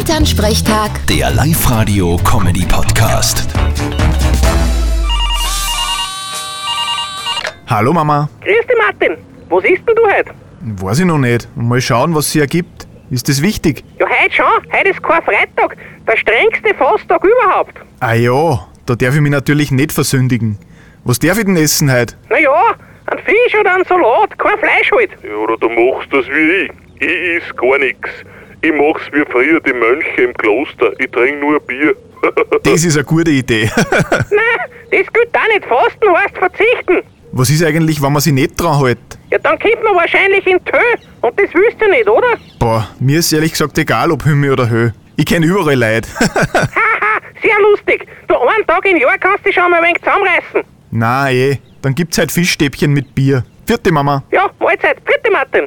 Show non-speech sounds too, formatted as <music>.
Elternsprechtag, Der Live-Radio-Comedy-Podcast. Hallo Mama, Grüß dich, Martin. Was isst denn du heute? weiß ich noch nicht. Mal schauen, was sie ergibt. Ist das wichtig? Ja, heute schon. Heute ist Karfreitag. Der strengste Fasttag überhaupt. Ah ja, da darf ich mich natürlich nicht versündigen. Was darf ich denn essen heute? Naja, ein Fisch oder ein Salat, kein Fleisch halt. Ja, oder du machst das wie ich. Ich is gar nix. Ich mach's wie früher die Mönche im Kloster. Ich trink nur Bier. <laughs> Das ist eine gute Idee. <laughs> Nein, das gilt auch nicht. Fasten heißt verzichten. Was ist eigentlich, wenn man sich nicht dran hält? Ja, dann kommt man wahrscheinlich in Tö. Und das willst du nicht, oder? <laughs> Boah, mir ist ehrlich gesagt egal, ob Hümme oder Hö. Ich kenne überall Leid. <laughs> Haha, sehr lustig. Du, einen Tag im Jahr kannst du dich schon mal ein wenig zusammenreißen. Na eh, dann gibt's halt Fischstäbchen mit Bier. Vierte Mama. Ja, Mahlzeit. Bitte, Martin.